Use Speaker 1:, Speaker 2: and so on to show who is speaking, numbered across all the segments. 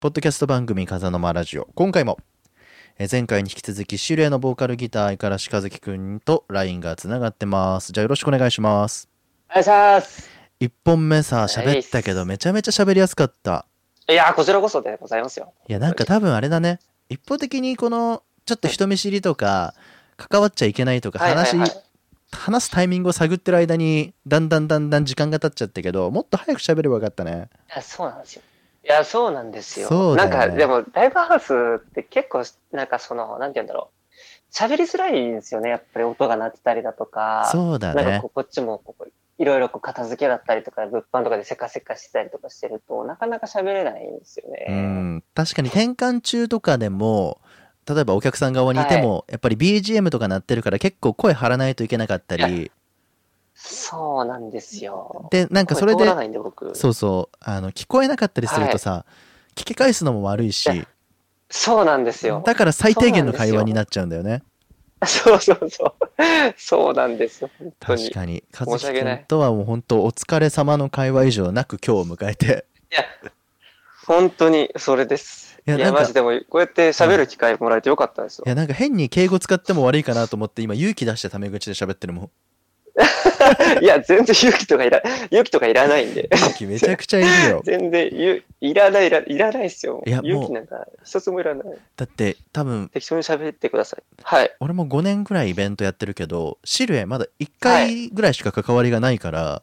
Speaker 1: ポッドキャスト番組風の間ラジオ。今回も、えー前回に引き続きシルエのボーカルギター相からしかずきくんと LINE がつながってます。じゃあよろしくお願いします。
Speaker 2: お願いします。
Speaker 1: 一本目さ、
Speaker 2: はい
Speaker 1: 喋ったけどめちゃめちゃ喋りやすかった。
Speaker 2: いやー、こちらこそでございますよ。
Speaker 1: いや、なんか多分あれだね。一方的にこの、ちょっと人見知りとか、関わっちゃいけないとか、
Speaker 2: はいはい
Speaker 1: 話、
Speaker 2: はい。
Speaker 1: 話すタイミングを探ってる間に、だんだんだんだん時間が経っちゃったけど、もっと早く喋ればよかったね。
Speaker 2: いやそうなんですよ。いや、そうなんですよ。
Speaker 1: そうだ
Speaker 2: な
Speaker 1: よね
Speaker 2: んか、でも、ライブハウスって結構、なんかその、なんて言うんだろう。喋りづらいんですよね。やっぱり音が鳴ってたりだとか。
Speaker 1: そうだ
Speaker 2: なんか
Speaker 1: ね
Speaker 2: こ。うこっちもここいろいろこう片付けだったりとか物販とかでせかせかしてたりとかしてるとなかなか喋れないんですよね。
Speaker 1: うん、確かに転換中とかでも例えばお客さん側にいても、やっぱり BGM とか鳴ってるから結構声張らないといけなかったり
Speaker 2: そうなんですよ。
Speaker 1: でなんかそれ
Speaker 2: 声
Speaker 1: で
Speaker 2: 通らないんで僕
Speaker 1: そうそうあの聞こえなかったりするとさ、聞き返すのも悪いし
Speaker 2: いやそうなんですよ。
Speaker 1: だから最低限の
Speaker 2: そうなんです
Speaker 1: 会
Speaker 2: よ
Speaker 1: 話になっちゃうんだよね
Speaker 2: そうそうそう。そうなんですよ。本当に。
Speaker 1: 確かに和
Speaker 2: 申し
Speaker 1: 樹
Speaker 2: 訳ない
Speaker 1: 君とはもう本当お疲れ様の会話以上なく今日を迎え て
Speaker 2: 本当にそれです。
Speaker 1: い
Speaker 2: い
Speaker 1: や
Speaker 2: や、
Speaker 1: なんか
Speaker 2: マジでもこうやって喋る機会もらえてよかったですよ
Speaker 1: い。やなんか変に敬語使っても悪いかなと思って今勇気出してタメ口で喋ってる もん
Speaker 2: いや、全然勇気とかいら、勇気とかいらないんで。
Speaker 1: 勇気めちゃくちゃいるよ
Speaker 2: 全然ゆいらないいら、いらないですよ。
Speaker 1: いやもう
Speaker 2: 勇気なんか一つもいらない。
Speaker 1: だって多分
Speaker 2: 適当に喋ってください。はい。
Speaker 1: 俺も5年ぐらいイベントやってるけどシルエまだ1回ぐらいしか関わりがないから、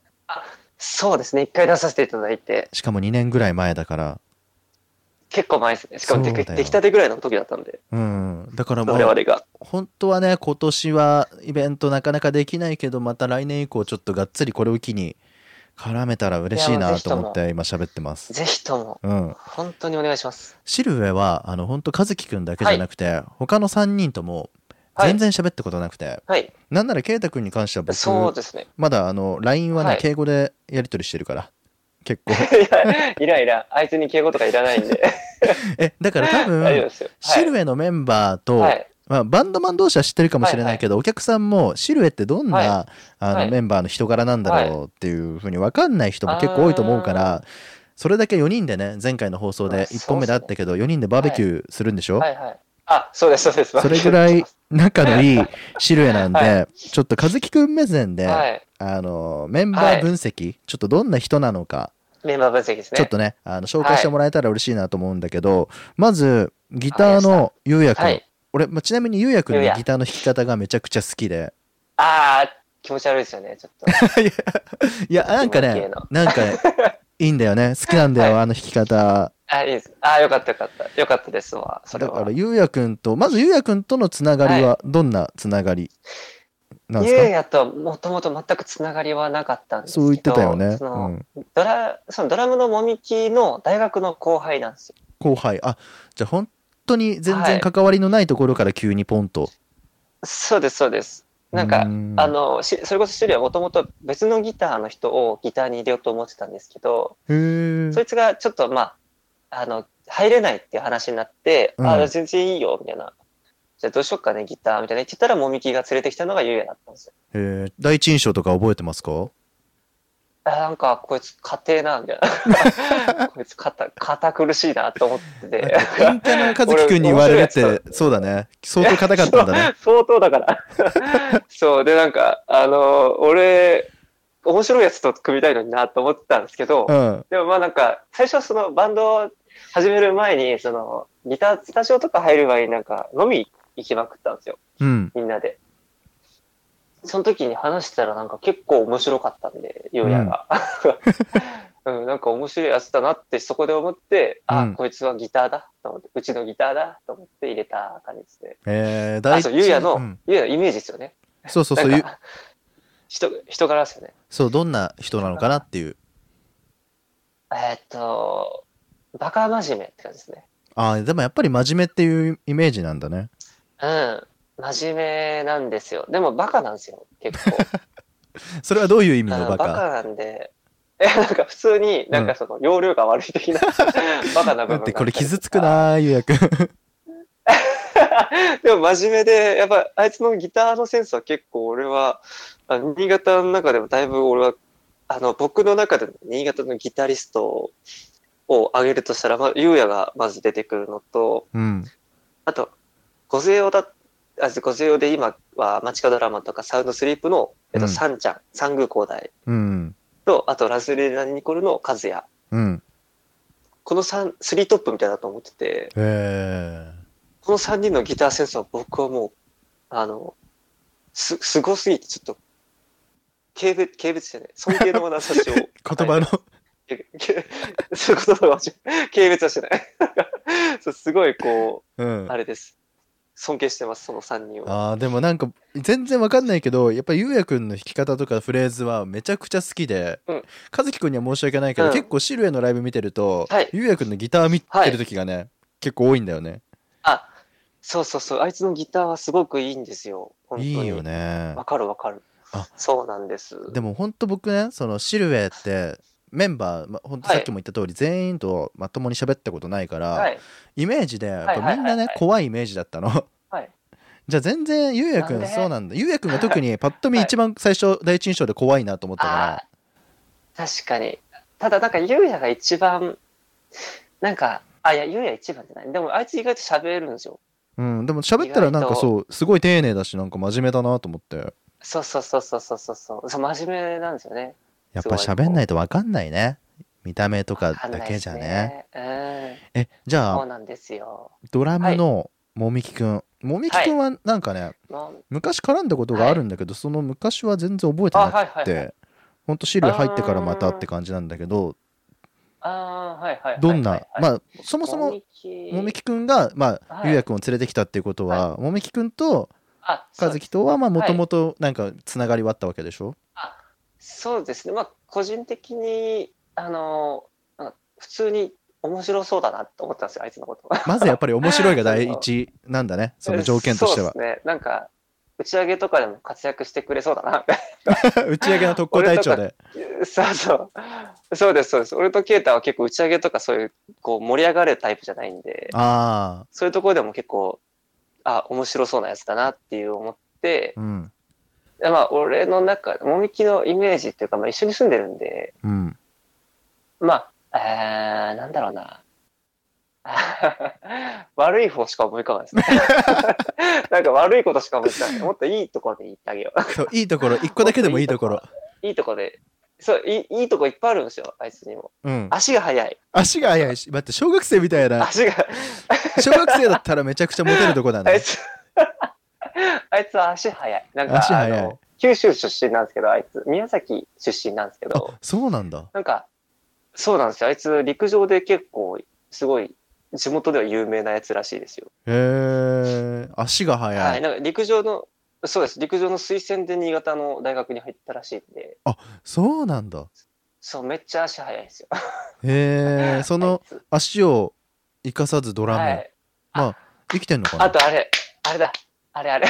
Speaker 2: そうですね。一回出させていただいて、
Speaker 1: しかも2年ぐらい前だから
Speaker 2: 結構前ですね。しかも
Speaker 1: そ
Speaker 2: で
Speaker 1: うだよ
Speaker 2: 出来たてぐらいの時だったんで、
Speaker 1: うんだからも
Speaker 2: 我々
Speaker 1: う
Speaker 2: が。
Speaker 1: 本当はね今年はイベントなかなかできないけどまた来年以降ちょっとがっつりこれを機に絡めたら嬉しい
Speaker 2: いや
Speaker 1: な
Speaker 2: ぜひ
Speaker 1: と
Speaker 2: とも
Speaker 1: 思って今喋ってます
Speaker 2: ぜひとも、
Speaker 1: うん
Speaker 2: 本当にお願いします。
Speaker 1: シルエはあの本当和樹くんだけじゃなくて、他の3人とも
Speaker 2: はい
Speaker 1: 全然喋ったことなくて、
Speaker 2: はい。
Speaker 1: なんなら圭太くんに関しては僕
Speaker 2: そうですね。
Speaker 1: まだあの LINE はね、
Speaker 2: はい
Speaker 1: 敬語でやり取りしてるから結構
Speaker 2: いや、いらいら、あいつに敬語とかいらないんで、
Speaker 1: えだから多分
Speaker 2: 大丈夫ですよ。はい
Speaker 1: シルエのメンバーと、
Speaker 2: はい。
Speaker 1: まあ、バンドマン同士は知ってるかもしれないけど、お客さんもシルエってどんな、
Speaker 2: は
Speaker 1: あの
Speaker 2: はい
Speaker 1: メンバーの人柄なんだろうっていうふうに分かんない人も結構多いと思うから、それだけ4人でね前回の放送
Speaker 2: ま
Speaker 1: で
Speaker 2: あ
Speaker 1: 1本目であったけど4人でバーベキューするんでしょ、
Speaker 2: はいはい。あ、そうです、そうです。
Speaker 1: それぐらい仲のいいシルエなんで、
Speaker 2: は
Speaker 1: ちょっと和樹くん目線で、
Speaker 2: はい。
Speaker 1: あのメンバー分析、ちょっとどんな人なのか
Speaker 2: メンバー分析ですね。
Speaker 1: ちょっとねあの紹介してもらえたら嬉しいなと思うんだけど、まずギターのゆうやくん、
Speaker 2: はい。
Speaker 1: 俺、まあ、ちなみにゆうやくんの
Speaker 2: ゆうや
Speaker 1: ギターの弾き方がめちゃくちゃ好きで。
Speaker 2: ああ、気持ち悪いですよね、ちょっと。
Speaker 1: いや、なんかね
Speaker 2: うま、
Speaker 1: なんかね、いいんだよ ね。好きなんだよ、
Speaker 2: は
Speaker 1: あの弾き方。
Speaker 2: あいいです。ああ、よかったよかった。よかったですわ、それ
Speaker 1: だか
Speaker 2: は
Speaker 1: ら、。ゆうやくんと、まずゆうやくんとのつながりは、どんなつながりなんで
Speaker 2: ゆ
Speaker 1: すか、
Speaker 2: うやとはもともと全くつながりはなかったんですけど、
Speaker 1: そう言ってたよね。
Speaker 2: そうの
Speaker 1: ん、
Speaker 2: ドラそのドラムのもみきの大学の後輩なんですよ。
Speaker 1: 後輩。あ、じゃあ本当に全
Speaker 2: は
Speaker 1: 然
Speaker 2: い
Speaker 1: 関わりのないところから急にポンと。
Speaker 2: そうです、そうです。なんか、
Speaker 1: うん
Speaker 2: あの、しそれこそシルはもともと別のギターの人をギターに入れようと思ってたんですけど、
Speaker 1: へー
Speaker 2: そいつがちょっとまあ、あの、入れないっていう話になって、
Speaker 1: うん
Speaker 2: あ、全然いいよ、みたいな。じゃあどうしよっかね、ギター、みたいな言ってたら、もみきが連れてきたのがゆうやだったんですよ。
Speaker 1: へー第一印象とか覚えてますか
Speaker 2: あ、なんか、こいつ家庭な、みたい な。こいつ堅、堅苦しいなと思ってて。
Speaker 1: インテナ和樹くんに言われるって
Speaker 2: 俺面白いやつ、
Speaker 1: そうだね。相当硬かったんだね。
Speaker 2: そう相当だから。そう、で、なんか、あの、俺、面白いやつと組みたいのになと思ってたんですけど、
Speaker 1: うん。
Speaker 2: でもまあなんか、最初はそのバンドを始める前に、その、ギタースタジオとか入る前になんか飲み行きまくったんですよ、
Speaker 1: うん。
Speaker 2: みんなで。その時に話したらなんか結構面白かったんで、ヨウヤが。 うん、なんか面白いやつだなってそこで思って、
Speaker 1: うん
Speaker 2: あ、こいつはギターだと思って、うちのギターだと思って入れた感じですね。
Speaker 1: えー、第
Speaker 2: あ、
Speaker 1: 一
Speaker 2: そう、ユウヤの、
Speaker 1: ん
Speaker 2: ユウヤのイメージですよね。
Speaker 1: そうそうそう、
Speaker 2: な
Speaker 1: ゆ
Speaker 2: んか人、人柄ですよね。
Speaker 1: そう、どんな人なのかなっていう。
Speaker 2: えーっと、バカ真面目って感じですね。
Speaker 1: ああ、でもやっぱり真面目っていうイメージなんだね。
Speaker 2: うん。真面目なんですよ。でもバカなんですよ、結 構。
Speaker 1: それはどういう意味
Speaker 2: あ
Speaker 1: の
Speaker 2: の
Speaker 1: バ
Speaker 2: バ
Speaker 1: カ
Speaker 2: カなんで。え、なんか普通に、なんかその、容量が悪い 的な、バカ
Speaker 1: だ
Speaker 2: な部分があ
Speaker 1: っ
Speaker 2: ってて
Speaker 1: これ傷つく。なー、ゆうやくん。
Speaker 2: でも真面目で、やっぱあいつのギターのセンスは結構俺は、あの新潟の中でもだいぶ俺は、あの、僕の中での新潟のギタリストを挙げるとしたら、まあ、ゆうやがまず出てくるのと、
Speaker 1: うん。
Speaker 2: あと、ごぜよだ、あ、ごぜよで今は街角ドラマとかサウンドスリープの、えっ
Speaker 1: う
Speaker 2: と、
Speaker 1: ん
Speaker 2: サンちゃん、三宮光大
Speaker 1: うん。
Speaker 2: と、あと、ラズレーナニコルの和也。
Speaker 1: うん。
Speaker 2: この三、スリートップみたいだと思ってて、
Speaker 1: へえ。
Speaker 2: この三人のギターセンスは僕はもう、あの、す、すごすぎて、ちょっと、軽蔑、軽蔑じゃない、尊敬の眼差しを。
Speaker 1: 言葉の、
Speaker 2: けけそういうことは軽蔑はしてない そう。すごいこ
Speaker 1: うん
Speaker 2: う、あ。れです。尊敬してます、その3人を。
Speaker 1: あーでもなんか全然わかんないけどやっぱりゆうやくんの弾き方とかフレーズはめちゃくちゃ好きで、
Speaker 2: うん
Speaker 1: 和樹くんには申し訳ないけど、
Speaker 2: うん
Speaker 1: 結構シルエのライブ見てると、
Speaker 2: はい
Speaker 1: ゆうやくんのギター見てる時がね、結構多いんだよね
Speaker 2: あ、そうそうそう、あいつのギターはすごくいいんですよ。本当
Speaker 1: い
Speaker 2: に。
Speaker 1: いよね
Speaker 2: わかるわかる
Speaker 1: あ。
Speaker 2: そうなんです。
Speaker 1: でもほんと僕ねそのシルエってメンバー、ま、ほんと
Speaker 2: はい
Speaker 1: さっきも言った通り、全員とまともに喋ったことないから、
Speaker 2: はい。
Speaker 1: イメージでやっぱ
Speaker 2: はいはいはいはい
Speaker 1: みんなね怖いイメージだったの
Speaker 2: はい。
Speaker 1: じゃあ全然ゆうやく
Speaker 2: なん
Speaker 1: ん
Speaker 2: で
Speaker 1: そうなんだゆうやくんが特にパッと見
Speaker 2: はい
Speaker 1: 一番最初第一印象で怖いなと思ったから、
Speaker 2: ああー、確かに。ただ、なんか、ゆうやが一番、なんか、あ、いや、ゆうや一番じゃない。でも、あいつ意外と喋るんですよ。
Speaker 1: うん、でも喋ったらなんかそうすごい丁寧だしなんか真面目だなと思って
Speaker 2: そうそうそうそうそうそうそう。そう真面目なんですよね。
Speaker 1: やっぱ喋んないと分かんないね見た目とか
Speaker 2: わかん
Speaker 1: だ
Speaker 2: ないで
Speaker 1: け
Speaker 2: す
Speaker 1: じゃね
Speaker 2: ね。
Speaker 1: えじ
Speaker 2: うん。
Speaker 1: ゃ
Speaker 2: そう
Speaker 1: あ
Speaker 2: なんですよ。
Speaker 1: ドラムのもみきくんもみきくんはなんかね、
Speaker 2: ま
Speaker 1: 昔絡んだことがあるんだけど、その昔は全然覚えてなく
Speaker 2: いは
Speaker 1: て、ほんと資料入ってからまたって感じなんだけど
Speaker 2: あーはいはいはいはいはい。
Speaker 1: どんな、
Speaker 2: あ、
Speaker 1: まあそもそもも
Speaker 2: も
Speaker 1: みきくんが、まあ
Speaker 2: はい
Speaker 1: ゆうやくんを連れてきたっていうことは、もみきくんと
Speaker 2: あ、そ
Speaker 1: 和
Speaker 2: う
Speaker 1: 樹とはも
Speaker 2: は
Speaker 1: と
Speaker 2: い
Speaker 1: もとなんかつながりはあったわけでしょ、
Speaker 2: そうですね。まあ、個人的に、あの、なんか普通に面白そうだなと思ってたんですよ、あいつのこと。
Speaker 1: まずやっぱり面白いが第一なんだね、その条件としては
Speaker 2: そう。ですね。なんか、打ち上げとかでも活躍してくれそうだな。
Speaker 1: 打ち上げの特攻隊長で。
Speaker 2: そうそう。そうです、そうです。俺とケイタは結構打ち上げとかそういう、こう、盛り上がるタイプじゃないんで、
Speaker 1: あ
Speaker 2: そういうところでも結構、あ、面白そうなやつだなっていう思って
Speaker 1: あ、、うん、
Speaker 2: でまあ、俺の中、もみきのイメージっていうか、まあ、一緒に住んでるんで、
Speaker 1: うん。
Speaker 2: まあ、えー、なんだろうな。 悪い方しか思い浮かばないですね。 なんか悪いことしか思い浮かばない。もっといいところで言ってあげよ
Speaker 1: そういいところ、一個だけでもいいとこ ろ。
Speaker 2: う。いいところで。そういい、いいとこいっぱいあるんですよ、あいつにも。
Speaker 1: うん。
Speaker 2: 足が速い。
Speaker 1: 足が速いし、待って、小学生みたい な。
Speaker 2: 足が、
Speaker 1: 小学生だったらめちゃくちゃモテるとこだ
Speaker 2: あい
Speaker 1: ね。
Speaker 2: つ、あいつは足速い。なんか、
Speaker 1: 足速い
Speaker 2: あの九州出身なんですけど、あいつ、宮崎出身なんですけど、
Speaker 1: あ、そうなんだ。
Speaker 2: なんか、そうなんですよ。あいつ、陸上で結構、すごい、地元では有名なやつらしいですよ。
Speaker 1: へえ、足が
Speaker 2: は
Speaker 1: 速
Speaker 2: い。
Speaker 1: い。
Speaker 2: なんか陸上の、そうです。陸上の推薦で新潟の大学に入ったらしいんで、
Speaker 1: そうなんだ。
Speaker 2: そう、めっちゃ足早いですよ。
Speaker 1: へえ、その
Speaker 2: あいつ
Speaker 1: 足を生かさずド
Speaker 2: は
Speaker 1: ラム。
Speaker 2: い。
Speaker 1: 生きてんのか
Speaker 2: あ
Speaker 1: な
Speaker 2: とあれ、あれだ。あれあれ。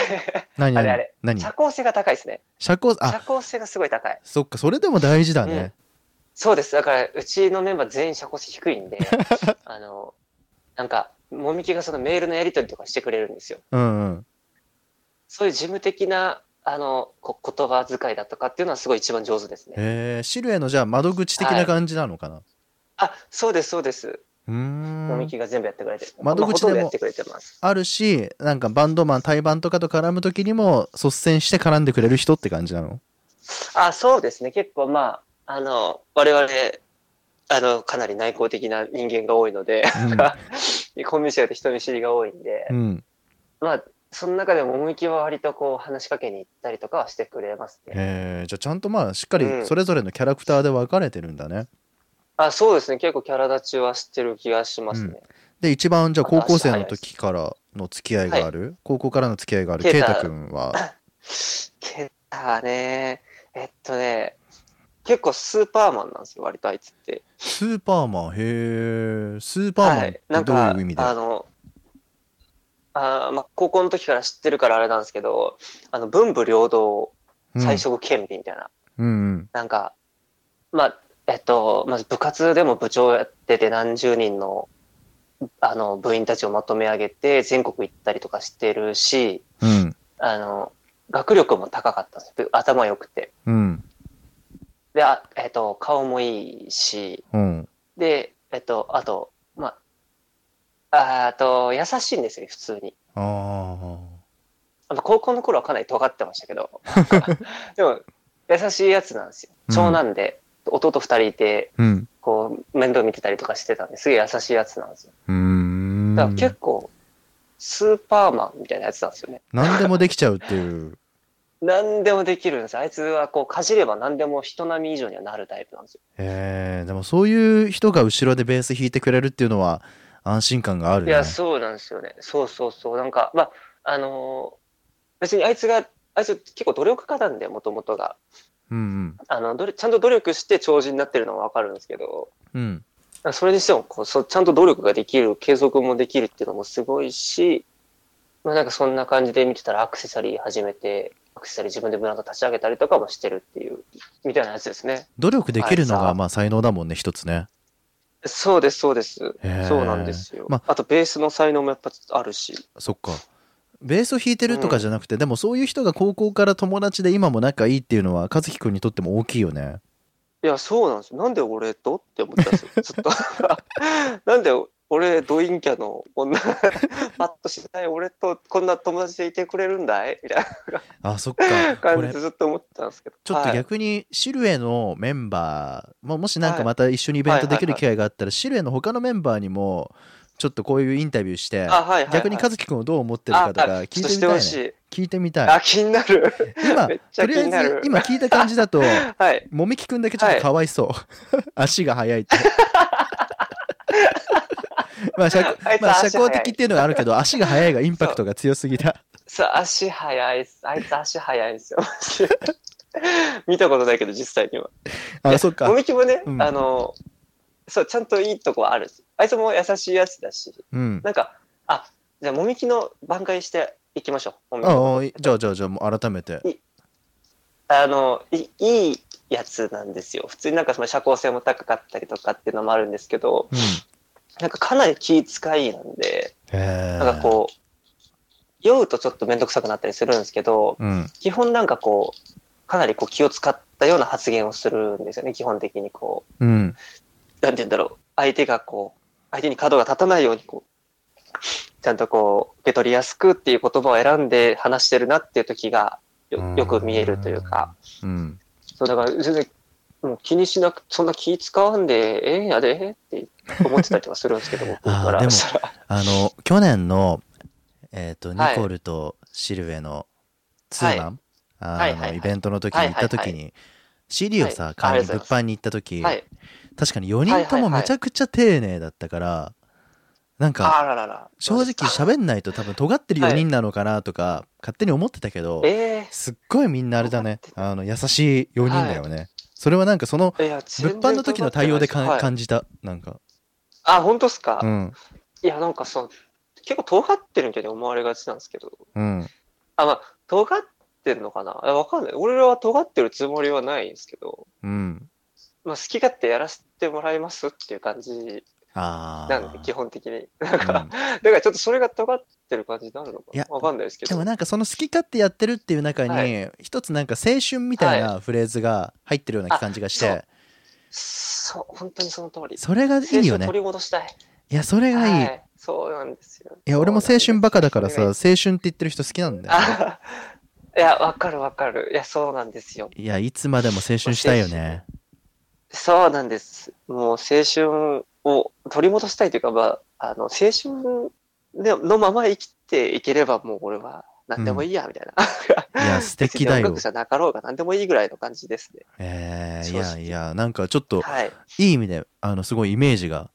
Speaker 1: 何
Speaker 2: あれあ
Speaker 1: 何
Speaker 2: れ
Speaker 1: 何
Speaker 2: 社交性が高いですね。
Speaker 1: 社交、
Speaker 2: 社
Speaker 1: あ、
Speaker 2: 交性がすごい高い。
Speaker 1: そっか、それでも大事だね。
Speaker 2: そうです。だから、うちのメンバー全員社交性低いん で、あの、なんか、もみきがそのメールのやり取りとかしてくれるんですよ。
Speaker 1: うんうん。
Speaker 2: そういう事務的な、あの、こ言葉遣いだとかっていうのはすごい一番上手ですね。
Speaker 1: へえ、シルエのじゃあ窓口的な感じなのかな
Speaker 2: あ、そうです、そうです。
Speaker 1: うーん。
Speaker 2: もみきが全部やってくれてる。
Speaker 1: 窓口でも
Speaker 2: まあほとんどやってくれてます。
Speaker 1: あるしなんかバンドマン対バンとかと絡む時にも率先して絡んでくれる人って感じなの
Speaker 2: あ、そうですね。結構まあ、あの、我々、あの、かなり内向的な人間が多いので、 コミュニティで人見知りが多いん で、
Speaker 1: うん、うん、
Speaker 2: まあ、その中でも、思いきは割とこう、話しかけに行ったりとかはしてくれますね。
Speaker 1: えー、じゃあちゃんとまあしっか
Speaker 2: う
Speaker 1: り
Speaker 2: ん
Speaker 1: それぞれのキャラクターで分かれてるんだね
Speaker 2: あ、そうですね。結構キャラ立ちはしてる気がしますね。
Speaker 1: で一番じゃあ高校生の時からの付き合いがある、高校からの付き合いがある
Speaker 2: ケ
Speaker 1: 圭
Speaker 2: イタ
Speaker 1: 太くんは
Speaker 2: ケンタね、えっとね、結構スーパーマンなんですよ、割とあいつって。
Speaker 1: スーパーマンへえスーパーマンってどういう意味で、
Speaker 2: はい、なんかあのあー、まあ、高校の時から知ってるからあれなんですけどあの文武両道
Speaker 1: うん
Speaker 2: 最初兼備みたいな、
Speaker 1: うんうん
Speaker 2: なんかまあえっとまず部活でも部長やってて何十人のあの部員たちをまとめ上げて全国行ったりとかしてるし
Speaker 1: うん
Speaker 2: あの学力も高かったんですよ頭良くて
Speaker 1: うん
Speaker 2: であ、えっと、顔もいいし
Speaker 1: うん
Speaker 2: でえっと、あと、まあ、あーと、優しいんですよ、普通に。
Speaker 1: あ
Speaker 2: あの高校の頃はかなり尖ってましたけ ど、でも、優しいやつなんですよ。長男で、弟二人いて、
Speaker 1: あ。うん。
Speaker 2: こう、面倒見てたりとかしてたんですげえ優しいやつなんですよ。
Speaker 1: うーん。
Speaker 2: だから結構、スーパーマンみたいなやつなんですよね。
Speaker 1: 何でもできちゃうっていう。
Speaker 2: 何でもできるんです。あいつはこう、かじれば何でも人並み以上にはなるタイプなんですよ。
Speaker 1: えー、でもそういう人が後ろでベース弾いてくれるっていうのは安心感がある
Speaker 2: い
Speaker 1: ね。
Speaker 2: や、そうなんですよね。そうそうそう。なんか、まあ、あのー別にあいつが、あいつ結構努力家なんで、もともとが。
Speaker 1: うん
Speaker 2: あの、どれちゃんと努力して長寿になってるのはわかるんですけど、
Speaker 1: うん。うん。
Speaker 2: それにしてもこうそう、ちゃんと努力ができる、継続もできるっていうのもすごいし、まあなんかそんな感じで見てたらアクセサリー始めて、アクセサリー自分でブランド立ち上げたりとかもしてるっていう、みたいなやつですね。
Speaker 1: 努力できるの
Speaker 2: はいさ
Speaker 1: が
Speaker 2: あ
Speaker 1: まあ才能だもんね、一つね。
Speaker 2: そうです、そうです。
Speaker 1: へー
Speaker 2: そうなんですよ。
Speaker 1: ま
Speaker 2: あとベースの才能もやっぱあるし。
Speaker 1: そっか。ベースを弾いてるとかじゃなくて、でもそういう人が高校から友達で今も仲いいっていうのは、和樹くんにとっても大きいよね。
Speaker 2: いや、そうなんですよ。なんで俺とって思ったんです よ。ずっと。 なんで俺、ドインキャの 女、パッとしない俺とこんな友達でいてくれるんだいみたい
Speaker 1: あ、そっか
Speaker 2: な。
Speaker 1: こ
Speaker 2: 感
Speaker 1: れ
Speaker 2: じでずっと思ってたんですけど。
Speaker 1: ちょっと
Speaker 2: はい
Speaker 1: 逆にシルエのメンバー、まあ、もしなん
Speaker 2: は
Speaker 1: か
Speaker 2: い
Speaker 1: また一緒にイベン
Speaker 2: は
Speaker 1: ト
Speaker 2: いはい
Speaker 1: で
Speaker 2: は
Speaker 1: きる
Speaker 2: い
Speaker 1: 機会があったら、シルエの他のメンバーにもちょっとこういうインタビューして
Speaker 2: あ、はいはいはい
Speaker 1: 逆に和樹くんをどう思ってるかとか
Speaker 2: あ
Speaker 1: 聞い
Speaker 2: ちょってと
Speaker 1: み
Speaker 2: して
Speaker 1: たい、
Speaker 2: ほ
Speaker 1: ね、
Speaker 2: しい。
Speaker 1: 聞いてみた
Speaker 2: あ、
Speaker 1: い
Speaker 2: 気になる。
Speaker 1: 今
Speaker 2: めっち
Speaker 1: と
Speaker 2: ゃ
Speaker 1: り
Speaker 2: 気
Speaker 1: あえ
Speaker 2: にな
Speaker 1: ず
Speaker 2: る。
Speaker 1: 今聞いた感じだと
Speaker 2: はい。
Speaker 1: もみきくんだけちょっとかわいそう足が速いって まあ社
Speaker 2: あいつ
Speaker 1: まあ社
Speaker 2: 足
Speaker 1: 交
Speaker 2: 速
Speaker 1: 的
Speaker 2: い
Speaker 1: っていうのがあるけど足が速いがインパクトが強すぎ た
Speaker 2: そう、足速いっす。あいつ足速いんです よ。見たことないけど、実際には。
Speaker 1: あそっか
Speaker 2: もみきもね、
Speaker 1: うん
Speaker 2: あの、そう、ちゃんといいとこはある。あいつも優しいやつだし、
Speaker 1: うん
Speaker 2: なんか、あ、じゃあ、もみきの挽回していきましょう。もみきの
Speaker 1: ああじゃあじゃあじゃあもう改めて
Speaker 2: あのい、いいやつなんですよ。普通になんかその社交性も高かったりとかっていうのもあるんですけど、
Speaker 1: うん
Speaker 2: なんかかなり気遣いなんで、
Speaker 1: へえ
Speaker 2: なんかこう、酔うとちょっと面倒くさくなったりするんですけど、
Speaker 1: うん
Speaker 2: 基本なんかこう、かなりこう気を使ったような発言をするんですよね、基本的にこ
Speaker 1: うん。
Speaker 2: う、なんて言うんだろう、相手がこう、相手に角が立たないようにこう、ちゃんとこう、受け取りやすくっていう言葉を選んで話してるなっていう時がよよく見えるというか、
Speaker 1: うん。
Speaker 2: そうだから全然、もう気にしなく、そんな気使わんで、ええんやで、って思ってたりとかするんですけど、僕
Speaker 1: あー
Speaker 2: か
Speaker 1: で
Speaker 2: ら
Speaker 1: も
Speaker 2: したら。
Speaker 1: あの、去年の、えっ、と、ニ
Speaker 2: はい
Speaker 1: コルとシルエのツーマン、
Speaker 2: は
Speaker 1: あ
Speaker 2: いはいは
Speaker 1: の、
Speaker 2: い
Speaker 1: イベントの時に行った時に、
Speaker 2: はいは
Speaker 1: CD をさ、
Speaker 2: はい
Speaker 1: 買い
Speaker 2: あり
Speaker 1: に
Speaker 2: がと
Speaker 1: 物
Speaker 2: うござ
Speaker 1: 販に行った時、
Speaker 2: はい。
Speaker 1: 確かに4人ともめちゃくちゃ丁寧だったから、なんか、
Speaker 2: あららら。
Speaker 1: 正直喋んないと多分尖ってる4人なのかなとか、勝手に思ってたけど、
Speaker 2: え
Speaker 1: すっごいみんなあれだね、あの、優しい4人だよね。それはなんかその、
Speaker 2: えいや、全
Speaker 1: 物
Speaker 2: 然
Speaker 1: 販の時の対応でかん、
Speaker 2: はい
Speaker 1: 感じた。なんか、
Speaker 2: あ、本当っすか、
Speaker 1: うん、
Speaker 2: いや、なんかそう、結構尖ってるみたいに思われがちなんですけど。
Speaker 1: うん。
Speaker 2: あ、まあ、尖ってんのかないやわかんない。俺らは尖ってるつもりはないんですけど、
Speaker 1: うん。
Speaker 2: まあ、好き勝手やらせてもらいますっていう感じ
Speaker 1: ああ。
Speaker 2: なんで、基本的に。なんか、
Speaker 1: うん
Speaker 2: だからちょっとそれが尖ってる感じになるのか
Speaker 1: いや
Speaker 2: なわかんないですけ
Speaker 1: で
Speaker 2: ど。
Speaker 1: もなんかその好き勝手やってるっていう中に、
Speaker 2: は
Speaker 1: 一つなんか青春みたいなフレーズが入ってるような感じがして、
Speaker 2: あそうそう、本当にその通り。
Speaker 1: それがいいよ
Speaker 2: 青春を
Speaker 1: ね
Speaker 2: 取り戻したい。
Speaker 1: いやそれがいい、、
Speaker 2: はいい。そうなんですよ。
Speaker 1: や俺も青春バカだから
Speaker 2: そ
Speaker 1: さ
Speaker 2: う
Speaker 1: 青
Speaker 2: なん
Speaker 1: 春って言ってる人好きなんだよね、
Speaker 2: あいや、わかるわかる。いや、そうなんですよ。
Speaker 1: いやいつまでも青春したいよ ね
Speaker 2: そうなんです。もう青春を取り戻したいというか、まあ、あの、青春でのまま生きていければ、もう俺は何でもいいや、みたいな。
Speaker 1: い や素敵だ
Speaker 2: 別に音
Speaker 1: よ
Speaker 2: 楽じゃなかろうが何でもいいぐらいの感じですね。
Speaker 1: えー、い
Speaker 2: 正
Speaker 1: や
Speaker 2: 直
Speaker 1: いやなんかちょっと
Speaker 2: はい。
Speaker 1: いい意味であのすごいイメージが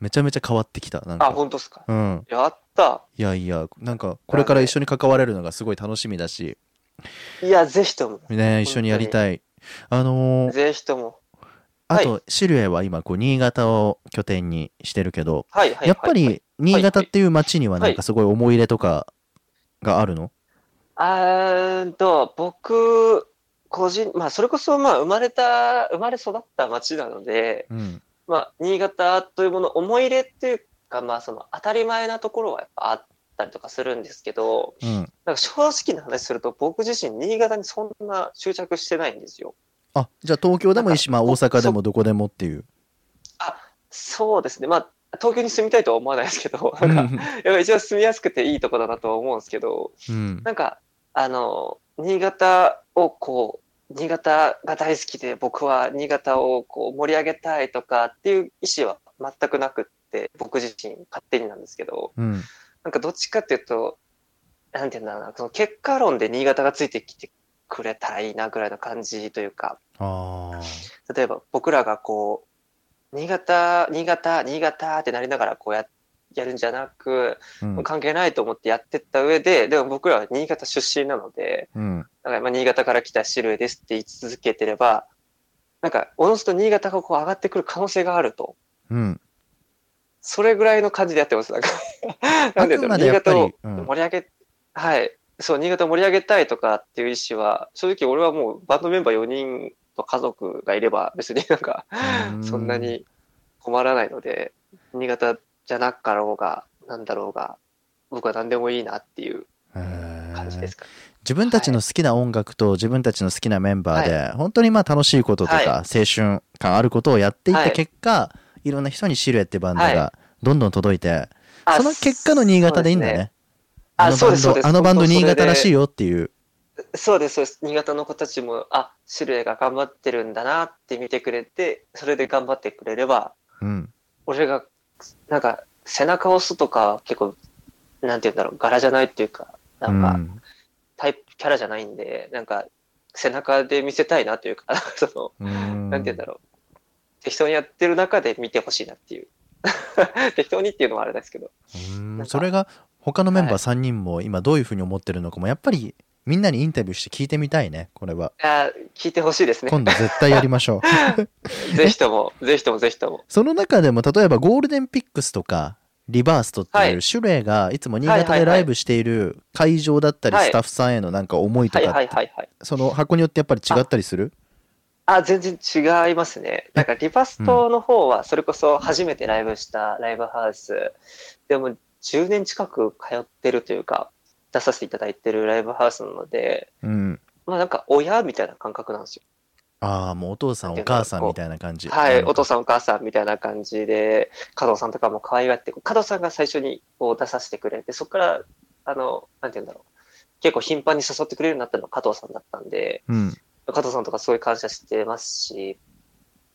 Speaker 1: めちゃめちゃ変わってきたなん
Speaker 2: あ、
Speaker 1: か
Speaker 2: 本当ですか。
Speaker 1: うん
Speaker 2: やった。
Speaker 1: いやいやなんかこれから一緒に関われるのがすごい楽しみだし
Speaker 2: いや、ぜひとも。
Speaker 1: ね一緒にやりたいあのー、
Speaker 2: ぜひとも。
Speaker 1: あと、シルエは今、こう、新潟を拠点にしてるけど、
Speaker 2: はい、はい。
Speaker 1: やっぱ
Speaker 2: はいはい
Speaker 1: り、新潟っていう街には、なんかすごい思い入れとかがあるの
Speaker 2: あーんと、僕、個人、まあ、それこそ、まあ、生まれた、生まれ育った町なので、
Speaker 1: うん。
Speaker 2: まあ、新潟というもの、思い入れっていうか、まあ、その、当たり前なところはやっぱあったりとかするんですけど、
Speaker 1: うん。
Speaker 2: なんか正直な話すると、僕自身、新潟にそんな執着してないんですよ。
Speaker 1: あ、じゃあ東京でもいいし、まあ大阪でもどこでもっていう。
Speaker 2: そうですね。まあ、東京に住みたいとは思わないです けど、なんか、やっぱ一応住みやすくていいとこだなとは思うんですけど、
Speaker 1: うん
Speaker 2: なんか、あの、新潟をこう、新潟が大好きで、僕は新潟をこう盛り上げたいとかっていう意思は全くなくって、僕自身勝手になんですけど、
Speaker 1: うん
Speaker 2: なんかどっちかっていうと、なんていうんだろうな、その結果論で新潟がついてきてくれたらいいなぐらいの感じというか、
Speaker 1: ああ
Speaker 2: 例えば僕らがこう、新潟、新潟、新潟ってなりながらこうややるんじゃなく、
Speaker 1: うん
Speaker 2: 関係ないと思ってやってった上で、でも僕らは新潟出身なので、
Speaker 1: うん
Speaker 2: だからまあ新潟から来たシルエですって言い続けてれば、なんか、おのずと新潟がこう上がってくる可能性があると。
Speaker 1: うん
Speaker 2: それぐらいの感じでやってます。なんかなんで
Speaker 1: あ
Speaker 2: だ
Speaker 1: く
Speaker 2: ろう
Speaker 1: まで
Speaker 2: 新
Speaker 1: やっぱ
Speaker 2: 潟を
Speaker 1: り、うん
Speaker 2: 盛り上げ、はい。そう、新潟を盛り上げたいとかっていう意思は、正直俺はもうバンドメンバー4人と家族がいれば別になんか、
Speaker 1: う
Speaker 2: そんなに困らないので、新潟じゃなかろうが、なんだろうが、僕は何でもいいなっていう
Speaker 1: へー
Speaker 2: 感じですかね。
Speaker 1: 自分たちの好きな音楽と自分たちの好きなメンバーで、本当にまあ楽しいことと
Speaker 2: はい
Speaker 1: か青春感あることをやっていっ
Speaker 2: は
Speaker 1: た
Speaker 2: い
Speaker 1: 結果、い、ろんな人にシルエってバンドが
Speaker 2: は
Speaker 1: どんどん届いて、
Speaker 2: あ
Speaker 1: その結果の新潟でいいんだね。
Speaker 2: あ
Speaker 1: の
Speaker 2: そうです
Speaker 1: バンド
Speaker 2: そうです
Speaker 1: あのバンド
Speaker 2: 本
Speaker 1: 新
Speaker 2: 当それで
Speaker 1: 潟らしいよっていう。
Speaker 2: そうです、そうです。新潟の子たちも、あ、シルエが頑張ってるんだなって見てくれて、それで頑張ってくれれば、
Speaker 1: うん。
Speaker 2: 俺が、なんか、背中を押すとか、結構、なんて言うんだろう、柄じゃないっていうか、なん
Speaker 1: う
Speaker 2: か、
Speaker 1: ん
Speaker 2: タイプ、キャラじゃないんで、なんか、背中で見せたいなというか、 その、
Speaker 1: うん
Speaker 2: なんて言うんだろう、適当にやってる中で見てほしいなっていう。 適当にっていうのはあれですけど。
Speaker 1: うん
Speaker 2: なんか
Speaker 1: それが他のメンバー
Speaker 2: は
Speaker 1: 3人も今どういうふうに思ってるのかもやっぱりみんなにインタビューして聞いてみたいねこれは
Speaker 2: あ聞いてほしいですね。
Speaker 1: 今度絶対やりま しょう
Speaker 2: ぜひとも、ぜひとも、ぜひとも。
Speaker 1: その中でも例えばゴールデンピックスとかリバーストって
Speaker 2: はいいう
Speaker 1: シュレイがいつも新
Speaker 2: はい
Speaker 1: 潟
Speaker 2: はい
Speaker 1: で
Speaker 2: はい
Speaker 1: ライブしている会場だったり
Speaker 2: はい
Speaker 1: スタッフさんへのなんか思いと
Speaker 2: はい
Speaker 1: かっ
Speaker 2: はい
Speaker 1: て
Speaker 2: はいはい。
Speaker 1: その箱によってやっぱり違ったりする
Speaker 2: あ、全然違いますね。なんかリバストの方は、それこそ初めてライブしたライブハウス。でも、10年近く通ってるというか、出させていただいてるライブハウスなので、
Speaker 1: うん
Speaker 2: まあなんか親みたいな感覚なんですよ。
Speaker 1: ああもうお父さんお母さんみたいな感じ
Speaker 2: はい、お父
Speaker 1: さ
Speaker 2: さんお母さんみたいな感じで、加藤さんとかも可愛がって、加藤さんが最初にこう出させてくれて、そこから、あの、なんて言うんだろう。結構頻繁に誘ってくれるようになったのが加藤さんだったんで、
Speaker 1: んうん
Speaker 2: 加藤さんとかすごい感謝してますし、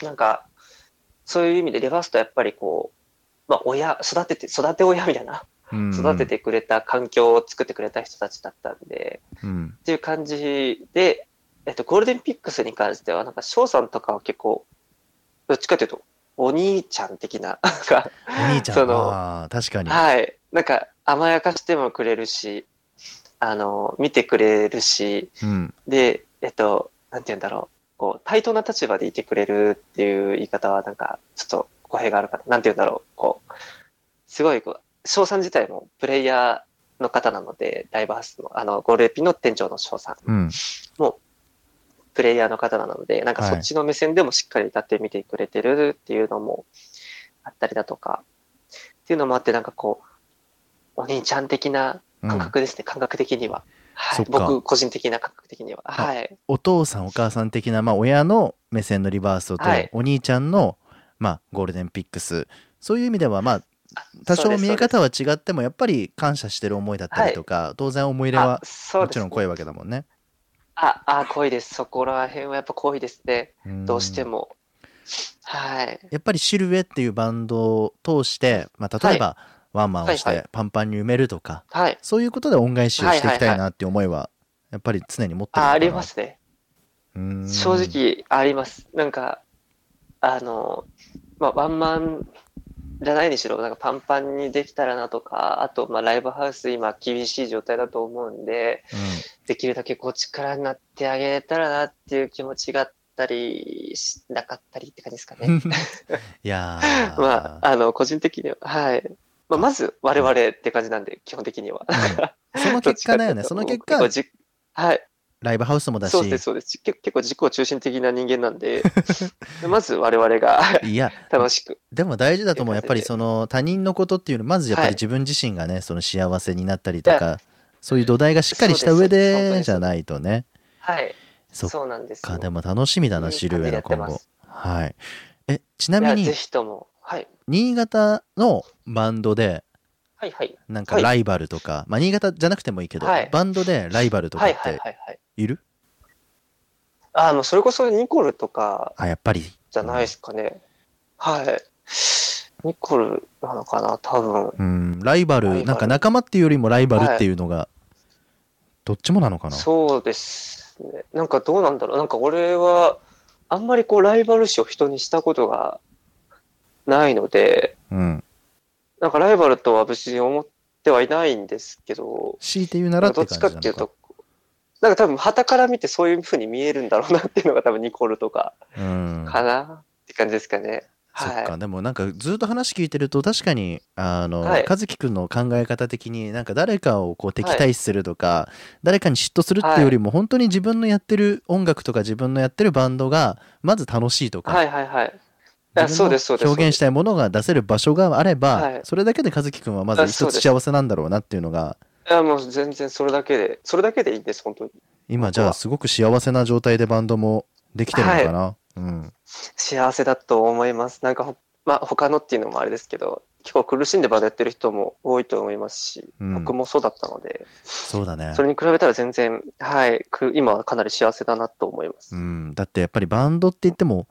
Speaker 2: なんか、そういう意味でレバースとやっぱりこう、まあ親、育てて、育て親みたいな、
Speaker 1: うん
Speaker 2: 育ててくれた環境を作ってくれた人たちだったんで、
Speaker 1: うん
Speaker 2: っていう感じで、えっと、ゴールデンピックスに関しては、なんか翔さんとかは結構、どっちかというと、お兄ちゃん的な、 なんか、
Speaker 1: お兄ちゃ
Speaker 2: そ
Speaker 1: ん
Speaker 2: の
Speaker 1: は確かに
Speaker 2: はい。なんか、甘やかしてもくれるし、あの、見てくれるし、
Speaker 1: うん
Speaker 2: で、えっと、なんて言うんだろう。こう、対等な立場でいてくれるっていう言い方は、なんか、ちょっと語弊があるかな。なんて言うんだろう。こう、すごい、こう、翔さん自体もプレイヤーの方なので、ライブハウスの、あの、ゴールデンピの店長の翔さん、
Speaker 1: うん
Speaker 2: プレイヤーの方なので、なんか
Speaker 1: はい
Speaker 2: そっちの目線でもしっかり立ってみてくれてるっていうのもあったりだとか、っていうのもあって、なんかこう、お兄ちゃん的な
Speaker 1: う
Speaker 2: 感
Speaker 1: ん
Speaker 2: 覚ですね、感覚的には。は
Speaker 1: そ
Speaker 2: い
Speaker 1: っ、か
Speaker 2: 僕個人的な感覚的には。
Speaker 1: あ
Speaker 2: はい。
Speaker 1: お父さんお母さん的な、まあ、親の目線のリバーストと、
Speaker 2: はい
Speaker 1: お兄ちゃんの、まあ、ゴールデンピックスそういう意味では、まあ、
Speaker 2: あ
Speaker 1: 多
Speaker 2: そう
Speaker 1: 少
Speaker 2: です
Speaker 1: 見え方は違ってもやっぱり感謝してる思いだったりとか、当然思い入れ
Speaker 2: あ
Speaker 1: は
Speaker 2: そう
Speaker 1: も
Speaker 2: で
Speaker 1: ち
Speaker 2: す
Speaker 1: ろん濃いわけだもんね。
Speaker 2: あ、あ、濃いです。そこら辺はやっぱ濃いですね。どうして
Speaker 1: も
Speaker 2: も。はい。
Speaker 1: やっぱりシルエっていうバンドを通して、まあ、例えば、ワンマンをし
Speaker 2: はいは
Speaker 1: てパンパンに埋めるとか、
Speaker 2: はい。
Speaker 1: そういうことで恩返しをしていき
Speaker 2: はい
Speaker 1: た
Speaker 2: はいい
Speaker 1: なっていう思いはやっぱり常に持ってるのか
Speaker 2: あ、
Speaker 1: な
Speaker 2: ありますね。
Speaker 1: うーん
Speaker 2: 正直あります。なんか、あの、まあ、ワンマンじゃないにしろ、なんかパンパンにできたらなとか、あと、まあ、ライブハウス今厳しい状態だと思うんで、できるだけこう力になってあげたらなっていう気持ちがあったり、しなかったりって感じですか
Speaker 1: う
Speaker 2: ね
Speaker 1: ん、。 いやー
Speaker 2: まあ、あの、個人的には、はい。まあ、まず、我々って感じなんで、基本的には。
Speaker 1: うんその結果だよねその結果
Speaker 2: 結構じはい。
Speaker 1: ライブハウスもだし
Speaker 2: そうです、そうです。結結構自己中心的な人間な んで、まず我々が
Speaker 1: いや
Speaker 2: 楽しく。
Speaker 1: でも大事だと 思うやっぱりその他人のことっていうのまずやっぱり
Speaker 2: はい
Speaker 1: 自分自身がねその幸せになったりと
Speaker 2: い
Speaker 1: かそういう土台がしっかりした上
Speaker 2: そうです
Speaker 1: でじゃないとね
Speaker 2: はい。
Speaker 1: そっ
Speaker 2: そうなんですよ。
Speaker 1: かでも楽しみだな
Speaker 2: うん
Speaker 1: シルエの今
Speaker 2: やってま
Speaker 1: 後
Speaker 2: す
Speaker 1: はいえちなみ
Speaker 2: いや
Speaker 1: に
Speaker 2: ぜひとも。はい。
Speaker 1: 新潟のバンドで、
Speaker 2: はいはい。
Speaker 1: なんか
Speaker 2: はい
Speaker 1: ライバルとか、まあ新潟じゃなくてもいいけど、
Speaker 2: はい
Speaker 1: バンドでライバルとか
Speaker 2: はい
Speaker 1: っ
Speaker 2: はい
Speaker 1: て
Speaker 2: はいはい。
Speaker 1: いる
Speaker 2: ああ、もうそれこそニコルとか
Speaker 1: あ、やっぱり。
Speaker 2: じゃないですかね。はい。ニコルなのかな、多分。
Speaker 1: うん、ライバ
Speaker 2: ライバ
Speaker 1: ル、
Speaker 2: ル
Speaker 1: なんか仲間っていうよりもライバルっていうのが、どっちもなのかな
Speaker 2: そうですね。なんかどうなんだろう。なんか俺は、あんまりこうライバル視を人にしたことがないので、
Speaker 1: うん。
Speaker 2: なんかライバルとは別に思ってはいないんですけど、
Speaker 1: 強いて言うならって
Speaker 2: どっ
Speaker 1: 感
Speaker 2: ち
Speaker 1: じ
Speaker 2: か
Speaker 1: な
Speaker 2: っていう
Speaker 1: のか。
Speaker 2: と、なんか多分、旗から見てそういう風に見えるんだろうなっていうのが多分、ニコルとか
Speaker 1: うん。
Speaker 2: かな、って感じですかね。
Speaker 1: そっ
Speaker 2: は
Speaker 1: か、でもなんかずっと話聞いてると確かに、あの、
Speaker 2: はい
Speaker 1: 和樹くんの考え方的になんか誰かをこう敵対視するとか、誰かに嫉妬するっていうよりも本当に自分のやってる音楽とか自分のやってるバンドがまず楽しいと
Speaker 2: い。
Speaker 1: か、
Speaker 2: はいはいはい。あ
Speaker 1: 自
Speaker 2: そう
Speaker 1: 分
Speaker 2: ですそうで
Speaker 1: の
Speaker 2: す
Speaker 1: 表現したいものが出せる場所があれば、
Speaker 2: はい
Speaker 1: それだけで和樹くんはまず
Speaker 2: あそ
Speaker 1: 一
Speaker 2: う
Speaker 1: つ
Speaker 2: です
Speaker 1: 幸せなんだろうなっていうのが、
Speaker 2: いや、もう全然それだけで、それだけでいいんです、本当に。
Speaker 1: 今じゃあすごく幸せな状態でバンドもできてるのかな。うん。
Speaker 2: 幸せだと思います。なんかほ、まあ、他のっていうのもあれですけど、結構苦しんでバンドやってる人も多いと思いますし、
Speaker 1: うん
Speaker 2: 僕もそうだったので、
Speaker 1: そうだね
Speaker 2: そ。れに比べたら全然、はい、く今はかなり幸せだなと思います。
Speaker 1: うん、だってやっぱりバンドって言っても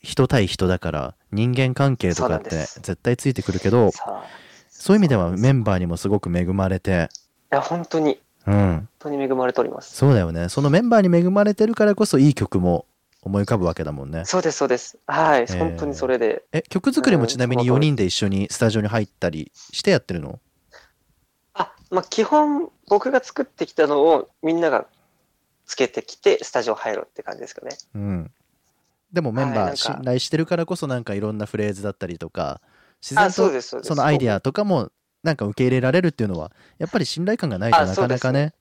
Speaker 1: 人対人だから人間関係とかっ
Speaker 2: そうなん
Speaker 1: て
Speaker 2: です
Speaker 1: 絶対ついてくるけど
Speaker 2: さあ、い
Speaker 1: そういう意味ではメンバーにもすごく恵まれて、
Speaker 2: や、本当に、
Speaker 1: うん、
Speaker 2: 本当に恵まれております。
Speaker 1: そうだよねそのメンバーに恵まれてるからこそいい曲も思い浮かぶわけだもんね
Speaker 2: そうです、そうです。はい、
Speaker 1: ー
Speaker 2: 本当にそれで。
Speaker 1: え曲作りもちなみに
Speaker 2: うんそ
Speaker 1: 4
Speaker 2: う
Speaker 1: 人で一緒にスタジオに入ったりしてやってるの
Speaker 2: あ、まあ、基本、僕が作ってきたのをみんながつけてきて、スタジオ入ろうって感じですかね。
Speaker 1: うんでもメン
Speaker 2: はい
Speaker 1: バー
Speaker 2: なんか
Speaker 1: 信頼してるからこそなんかいろんなフレーズだったりとか自
Speaker 2: あ、
Speaker 1: 然
Speaker 2: そう
Speaker 1: と
Speaker 2: です、そうです。
Speaker 1: そのアイディ
Speaker 2: ア。
Speaker 1: アとかもなんか受け入れられるっていうのはやっぱり信頼感がないと
Speaker 2: あ
Speaker 1: な
Speaker 2: そ
Speaker 1: か
Speaker 2: うで
Speaker 1: な
Speaker 2: す
Speaker 1: かね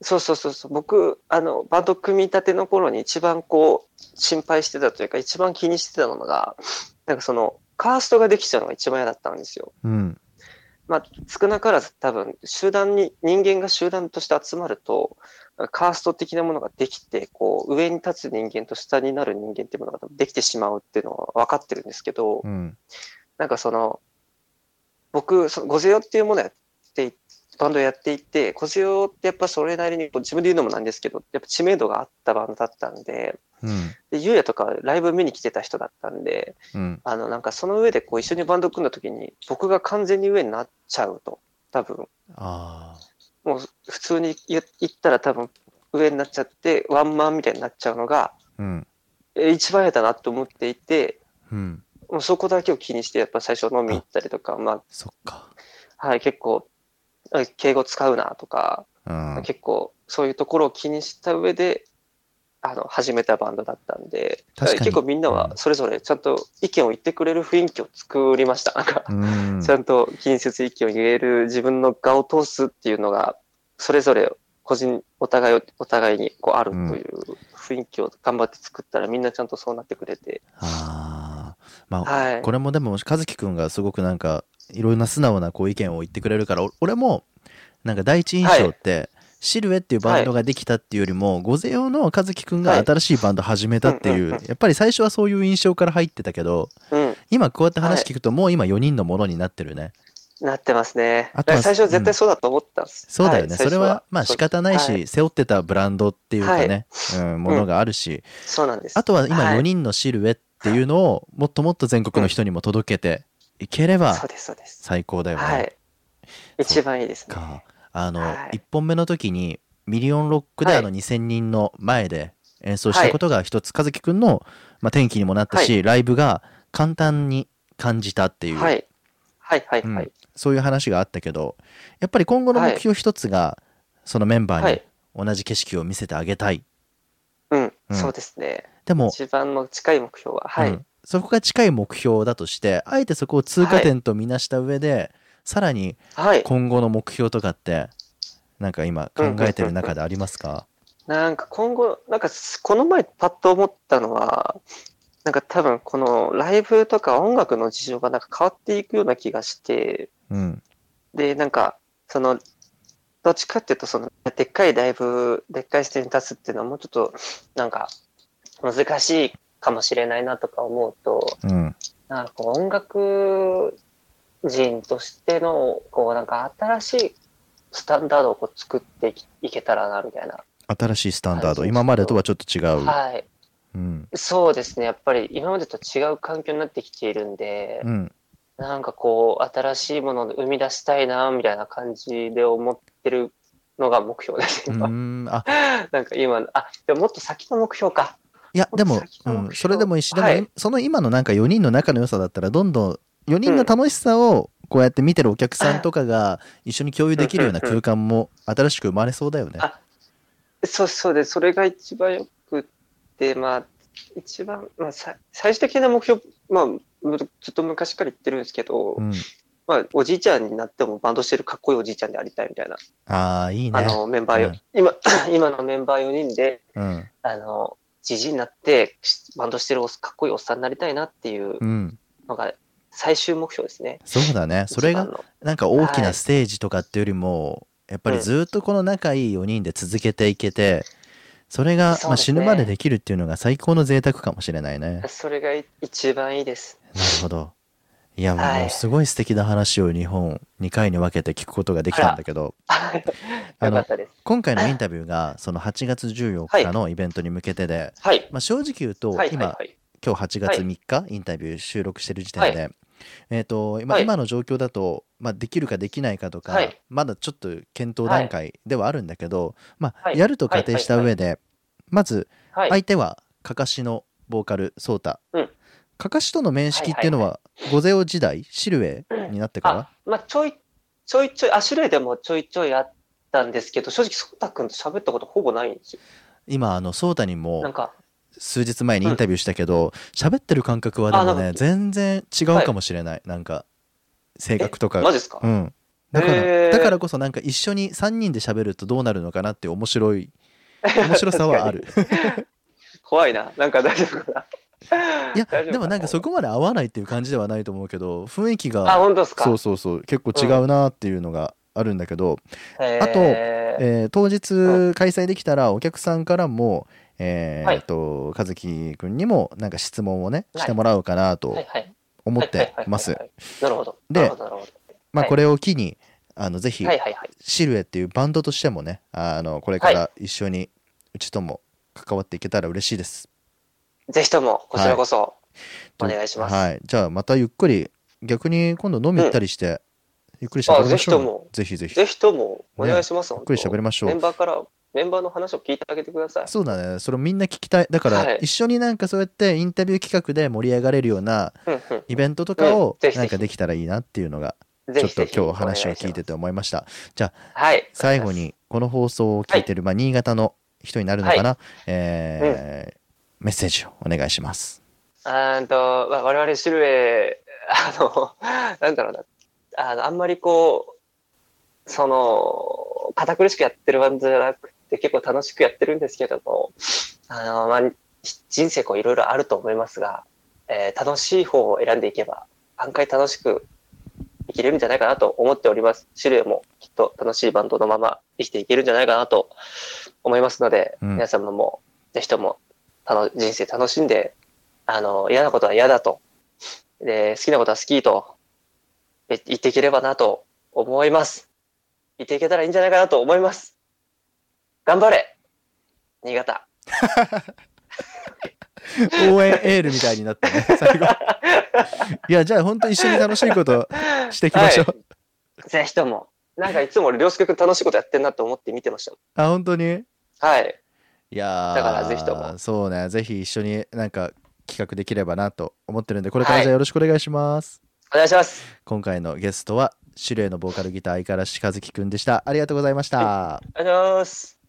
Speaker 2: そうそうそうそう。僕、あの、バンド組み立ての頃に一番こう、心配してたというか、一番気にしてたのが、なんかその、カーストができちゃうのが一番嫌だったんですよ。
Speaker 1: うん
Speaker 2: まあ、少なからず多分、集団に、人間が集団として集まると、カースト的なものができて、こう、上に立つ人間と下になる人間っていうものができてしまうっていうのは分かってるんですけど、
Speaker 1: うん
Speaker 2: なんかその、僕、そのゴゼヨっていうものをやってい、バンドをやっていて、ゴゼヨってやっぱそれなりに、こう自分で言うのもなんですけど、やっぱ知名度があったバンドだったんで、
Speaker 1: うん
Speaker 2: で、ゆうやとかライブ見に来てた人だったんで、
Speaker 1: うん
Speaker 2: あの、なんかその上でこう一緒にバンド組んだ時に、僕が完全に上になっちゃうと、多分、
Speaker 1: あ
Speaker 2: もう普通に言言ったら多分上になっちゃって、ワンマンみたいになっちゃうの
Speaker 1: あ
Speaker 2: が、
Speaker 1: うん
Speaker 2: え一番嫌だなと思っていて、
Speaker 1: うん
Speaker 2: もうそこだけを気にして、やっぱ最初飲みに行ったりとか、まあ、
Speaker 1: そっか
Speaker 2: はい、結構、あ敬語使うなとか、
Speaker 1: うん
Speaker 2: 結構、そういうところを気にした上で、あの、始めたバンドだったんで、
Speaker 1: 確かに
Speaker 2: 結構みんな
Speaker 1: うん
Speaker 2: はそれぞれちゃんと意見を言ってくれる雰囲気を作りました。なんか、
Speaker 1: うん
Speaker 2: ちゃんと近接意見を言える、自分の顔を通すっていうのが、それぞれ個人、お互いを、お互いにこうあるという雰囲気を頑張って作ったら、みんなちゃんとそうなってくれて、
Speaker 1: あーまあ、
Speaker 2: はい。
Speaker 1: これもでも和樹くんがすごくなんかいろんな素直なこう意見を言ってくれるからお俺もなんか第一印象って、シルエっていうバンドができたっていうよりも、ゴゼオの和樹くんが
Speaker 2: はい
Speaker 1: 新しいバンド始めたっていう、
Speaker 2: うんうんうん
Speaker 1: やっぱり最初はそういう印象から入ってたけど
Speaker 2: うん、
Speaker 1: 今こうやって話聞くともう今4人のものになってるね、
Speaker 2: なってますね。
Speaker 1: あとは
Speaker 2: 最初は絶対そうだと思ったんです。
Speaker 1: そうだよね、
Speaker 2: い
Speaker 1: それはまあ
Speaker 2: そ
Speaker 1: 仕
Speaker 2: う
Speaker 1: 方ないし、
Speaker 2: はい
Speaker 1: 背負ってたブランドっていうかね、うん、ものがあるし、
Speaker 2: そうなんです。
Speaker 1: あとは今
Speaker 2: はい
Speaker 1: 4人のシルエっていうのをもっともっと全国の人にも届けていければ
Speaker 2: そうです、そうです。
Speaker 1: 最高だよね。
Speaker 2: はい。一番いいですね。
Speaker 1: かあの、
Speaker 2: はい
Speaker 1: 1本目の時にミリオンロックで
Speaker 2: はい
Speaker 1: あの2,000人の前で演奏したことが一つ和樹くんの、まあ、転機にもなったし、ライブが簡単に感じたっていう、
Speaker 2: はい。はい、はい、は
Speaker 1: うん
Speaker 2: い。
Speaker 1: そういう話があったけどやっぱり今後の目標一つが、そのメンバ
Speaker 2: は
Speaker 1: ーに
Speaker 2: い。
Speaker 1: 同じ景色を見せてあげたい。
Speaker 2: うん
Speaker 1: う、ん
Speaker 2: そうですね。
Speaker 1: でも
Speaker 2: 一番の近い目標は、は
Speaker 1: う
Speaker 2: い
Speaker 1: ん。そこが近い目標だとしてあえてそこを通過点とみなした上で、さらに
Speaker 2: はい。
Speaker 1: 今後の目標とかってなんか今考えてる中でありますか、
Speaker 2: なんか今後、なんかすこの前パッと思ったのは、なんか多分このライブとか音楽の事情がなんか変わっていくような気がして、
Speaker 1: うん
Speaker 2: で、なんか、その、どっちかっていうと、その、でっかいライブ、でっかいステージに立つっていうのはもうちょっと、なんか、難しいかもしれないなとか思うと、
Speaker 1: うん
Speaker 2: なんかこう音楽人としての、こうなんか新しいスタンダードをこう作っていきいけたらな、みたいな。
Speaker 1: 新しいスタンダード、
Speaker 2: はい
Speaker 1: 今までとはちょっと違う。
Speaker 2: はい。
Speaker 1: うん。
Speaker 2: そうですね。やっぱり今までと違う環境になってきているんで
Speaker 1: う、ん。
Speaker 2: なんかこう、新しいものを生み出したいな、みたいな感じで思ってるのが目標です、
Speaker 1: う
Speaker 2: 今。
Speaker 1: ん。あ、
Speaker 2: なんか今の、あ、でももっと先の目標か。
Speaker 1: いや、でも
Speaker 2: 先、
Speaker 1: う
Speaker 2: の目
Speaker 1: ん、
Speaker 2: 標
Speaker 1: それでもいいし、でも、
Speaker 2: はい
Speaker 1: その今のなんか4人の仲の良さだったら、どんどん4人の楽しさをこうやって見てるお客さんとかが一緒に共有できるような空間も新しく生まれそうだよね。
Speaker 2: あそうそうで、それが一番よくって、まあ、一番、まあ、さ最終的な目標、まあ、むずっと昔から言ってるんですけど、
Speaker 1: うん。
Speaker 2: まあ、おじいちゃんになってもバンドしてるかっこいいおじいちゃんでありたいみたいな、
Speaker 1: ああ、いい
Speaker 2: あ
Speaker 1: ね。
Speaker 2: の、メンバーよ、
Speaker 1: うん
Speaker 2: 今、 今のメンバー4人で、
Speaker 1: うん。
Speaker 2: あの、じじいになって、しバンドしてるおっかっこいいおっさんになりたいなっていう
Speaker 1: うん。
Speaker 2: のが、最終目標ですね。
Speaker 1: そうだね。それ
Speaker 2: 一
Speaker 1: が
Speaker 2: 番の
Speaker 1: なんか大きなステージとかっていうよりも、やっぱりずっとこの仲いい4人で続けていけて、それが、
Speaker 2: そう
Speaker 1: まあ、
Speaker 2: です
Speaker 1: 死
Speaker 2: ね
Speaker 1: ぬまでできるっていうのが最高の贅沢かもしれないね。
Speaker 2: それがい一番いいです。
Speaker 1: なるほど。いや、も
Speaker 2: は
Speaker 1: う
Speaker 2: い
Speaker 1: すごい素敵な話を日本2回に分けて聞くことができたんだけど、あ
Speaker 2: よか
Speaker 1: の
Speaker 2: っ、たです。
Speaker 1: 今回のインタビューがその8月14日のイベントに向けてで、
Speaker 2: はい。
Speaker 1: まあ、正直言うと、
Speaker 2: はい、はい、
Speaker 1: 今
Speaker 2: は、い。
Speaker 1: 今日8月3日、インタビュー収録してる時点で、えっ、と今,、
Speaker 2: はい
Speaker 1: 今の状況だと、まあ、できるかできないかとか、
Speaker 2: はい
Speaker 1: まだちょっと検討段階ではあるんだけど、まあ、
Speaker 2: はい
Speaker 1: やると仮定した上で、まず
Speaker 2: はい。
Speaker 1: 相手はかかしのボーカルソータ、
Speaker 2: うん
Speaker 1: かかしとの面識っていうのはゴゼオ時代シルエになってから
Speaker 2: あ、まあ、ちょい、ちょいちょい、アシュレイでもちょいちょいあったんですけど、正直、ソタ君と喋ったことほぼないんですよ。
Speaker 1: 今あのソータにも
Speaker 2: なんか、
Speaker 1: 数日前にインタビューしたけど喋、ってる感覚はでも
Speaker 2: あな
Speaker 1: ね
Speaker 2: んか
Speaker 1: 全然違うかもしれない、なんか性格とか
Speaker 2: マジですか、
Speaker 1: うん、だから、
Speaker 2: へー
Speaker 1: だからこそなんか一緒に3人で喋るとどうなるのかなって面白 い面白さはある
Speaker 2: 怖いな。なんか大丈夫かな
Speaker 1: いや
Speaker 2: 大丈夫
Speaker 1: でもなんかそこまで合わないっていう感じではないと思うけど雰囲気
Speaker 2: あ、
Speaker 1: が
Speaker 2: 本当ですか
Speaker 1: そうそうそう結構違うなっていうのがあるんだけど、
Speaker 2: へー
Speaker 1: あとえー当日開催できたらお客さんからもえーっと、和樹くんにもなんか質問をね
Speaker 2: はい
Speaker 1: してもらおうかな
Speaker 2: は
Speaker 1: と
Speaker 2: いはい
Speaker 1: 思ってま
Speaker 2: は
Speaker 1: す
Speaker 2: いはいはいはいなるほど。
Speaker 1: で
Speaker 2: なるほど、なるほど。
Speaker 1: まあ
Speaker 2: はい
Speaker 1: これを機にあのぜひ
Speaker 2: はいはいはい。
Speaker 1: シルエっていうバンドとしてもねあのこれから一緒にうちとも関わっていけたら嬉しいです。
Speaker 2: ぜひとも、こちらこそ、お願いします。
Speaker 1: はい、じゃあまたゆっくり逆に今度飲み行ったりして、ゆっくり喋りましょうよ。ぜひぜひ。
Speaker 2: ぜひとも、お願いします。
Speaker 1: ゆっくり喋りましょ
Speaker 2: メン
Speaker 1: う。
Speaker 2: バーから、メンバーの話を聞いてあげてください。
Speaker 1: そうだね、それみんな聞きたい。だか
Speaker 2: は
Speaker 1: ら
Speaker 2: い
Speaker 1: 一緒になんかそうやってインタビュー企画で盛り上がれるような
Speaker 2: うんうん
Speaker 1: イベントとかを
Speaker 2: うんぜひぜひ
Speaker 1: なんかできたらいいなっていうのが
Speaker 2: ぜ
Speaker 1: ちょ
Speaker 2: ひ
Speaker 1: っと
Speaker 2: ぜひ
Speaker 1: 今日話を聞いてて思いました。
Speaker 2: はい。
Speaker 1: 最後にこの放送を聞いてる、まあ、新潟の人になるのかな、えーメッセージをお願いします。
Speaker 2: あーんと、まあ、我々シルエ、あの、 なんだろうな、あの、あんまりこう、その、堅苦しくやってるバンドじゃなくて、結構楽しくやってるんですけども、あの、まあ、人生こういろいろあると思いますが、えー楽しい方を選んでいけば、案外楽しく生きれるんじゃないかなと思っております。シルエもきっと楽しいバンドのまま生きていけるんじゃないかなと思いますので、
Speaker 1: うん
Speaker 2: 皆様も、ぜひとも、たの人生楽しんであの、嫌なことは嫌だと。で、好きなことは好きと、え言っていければなと思います。言っていけたらいいんじゃないかなと思います。頑張れ新潟。
Speaker 1: 応援エールみたいになって ね、最後。いや、じゃあ本当一緒に楽しいことしていきましょう。
Speaker 2: はい、ぜひとも。なんかいつも俺、涼介くん楽しいことやってんなと思って見てましたも
Speaker 1: あ、本当に
Speaker 2: ん。はい。
Speaker 1: いやー
Speaker 2: だからぜひとも
Speaker 1: そうね、ぜひ一緒になんか企画できればなと思ってるんで、これから
Speaker 2: はい
Speaker 1: じゃあよろしくお願いします。
Speaker 2: お願いします。
Speaker 1: 今回のゲストは、シュレイのボーカルギター、相からしかずきくんでした。ありがとうございました。
Speaker 2: ありがとうございます。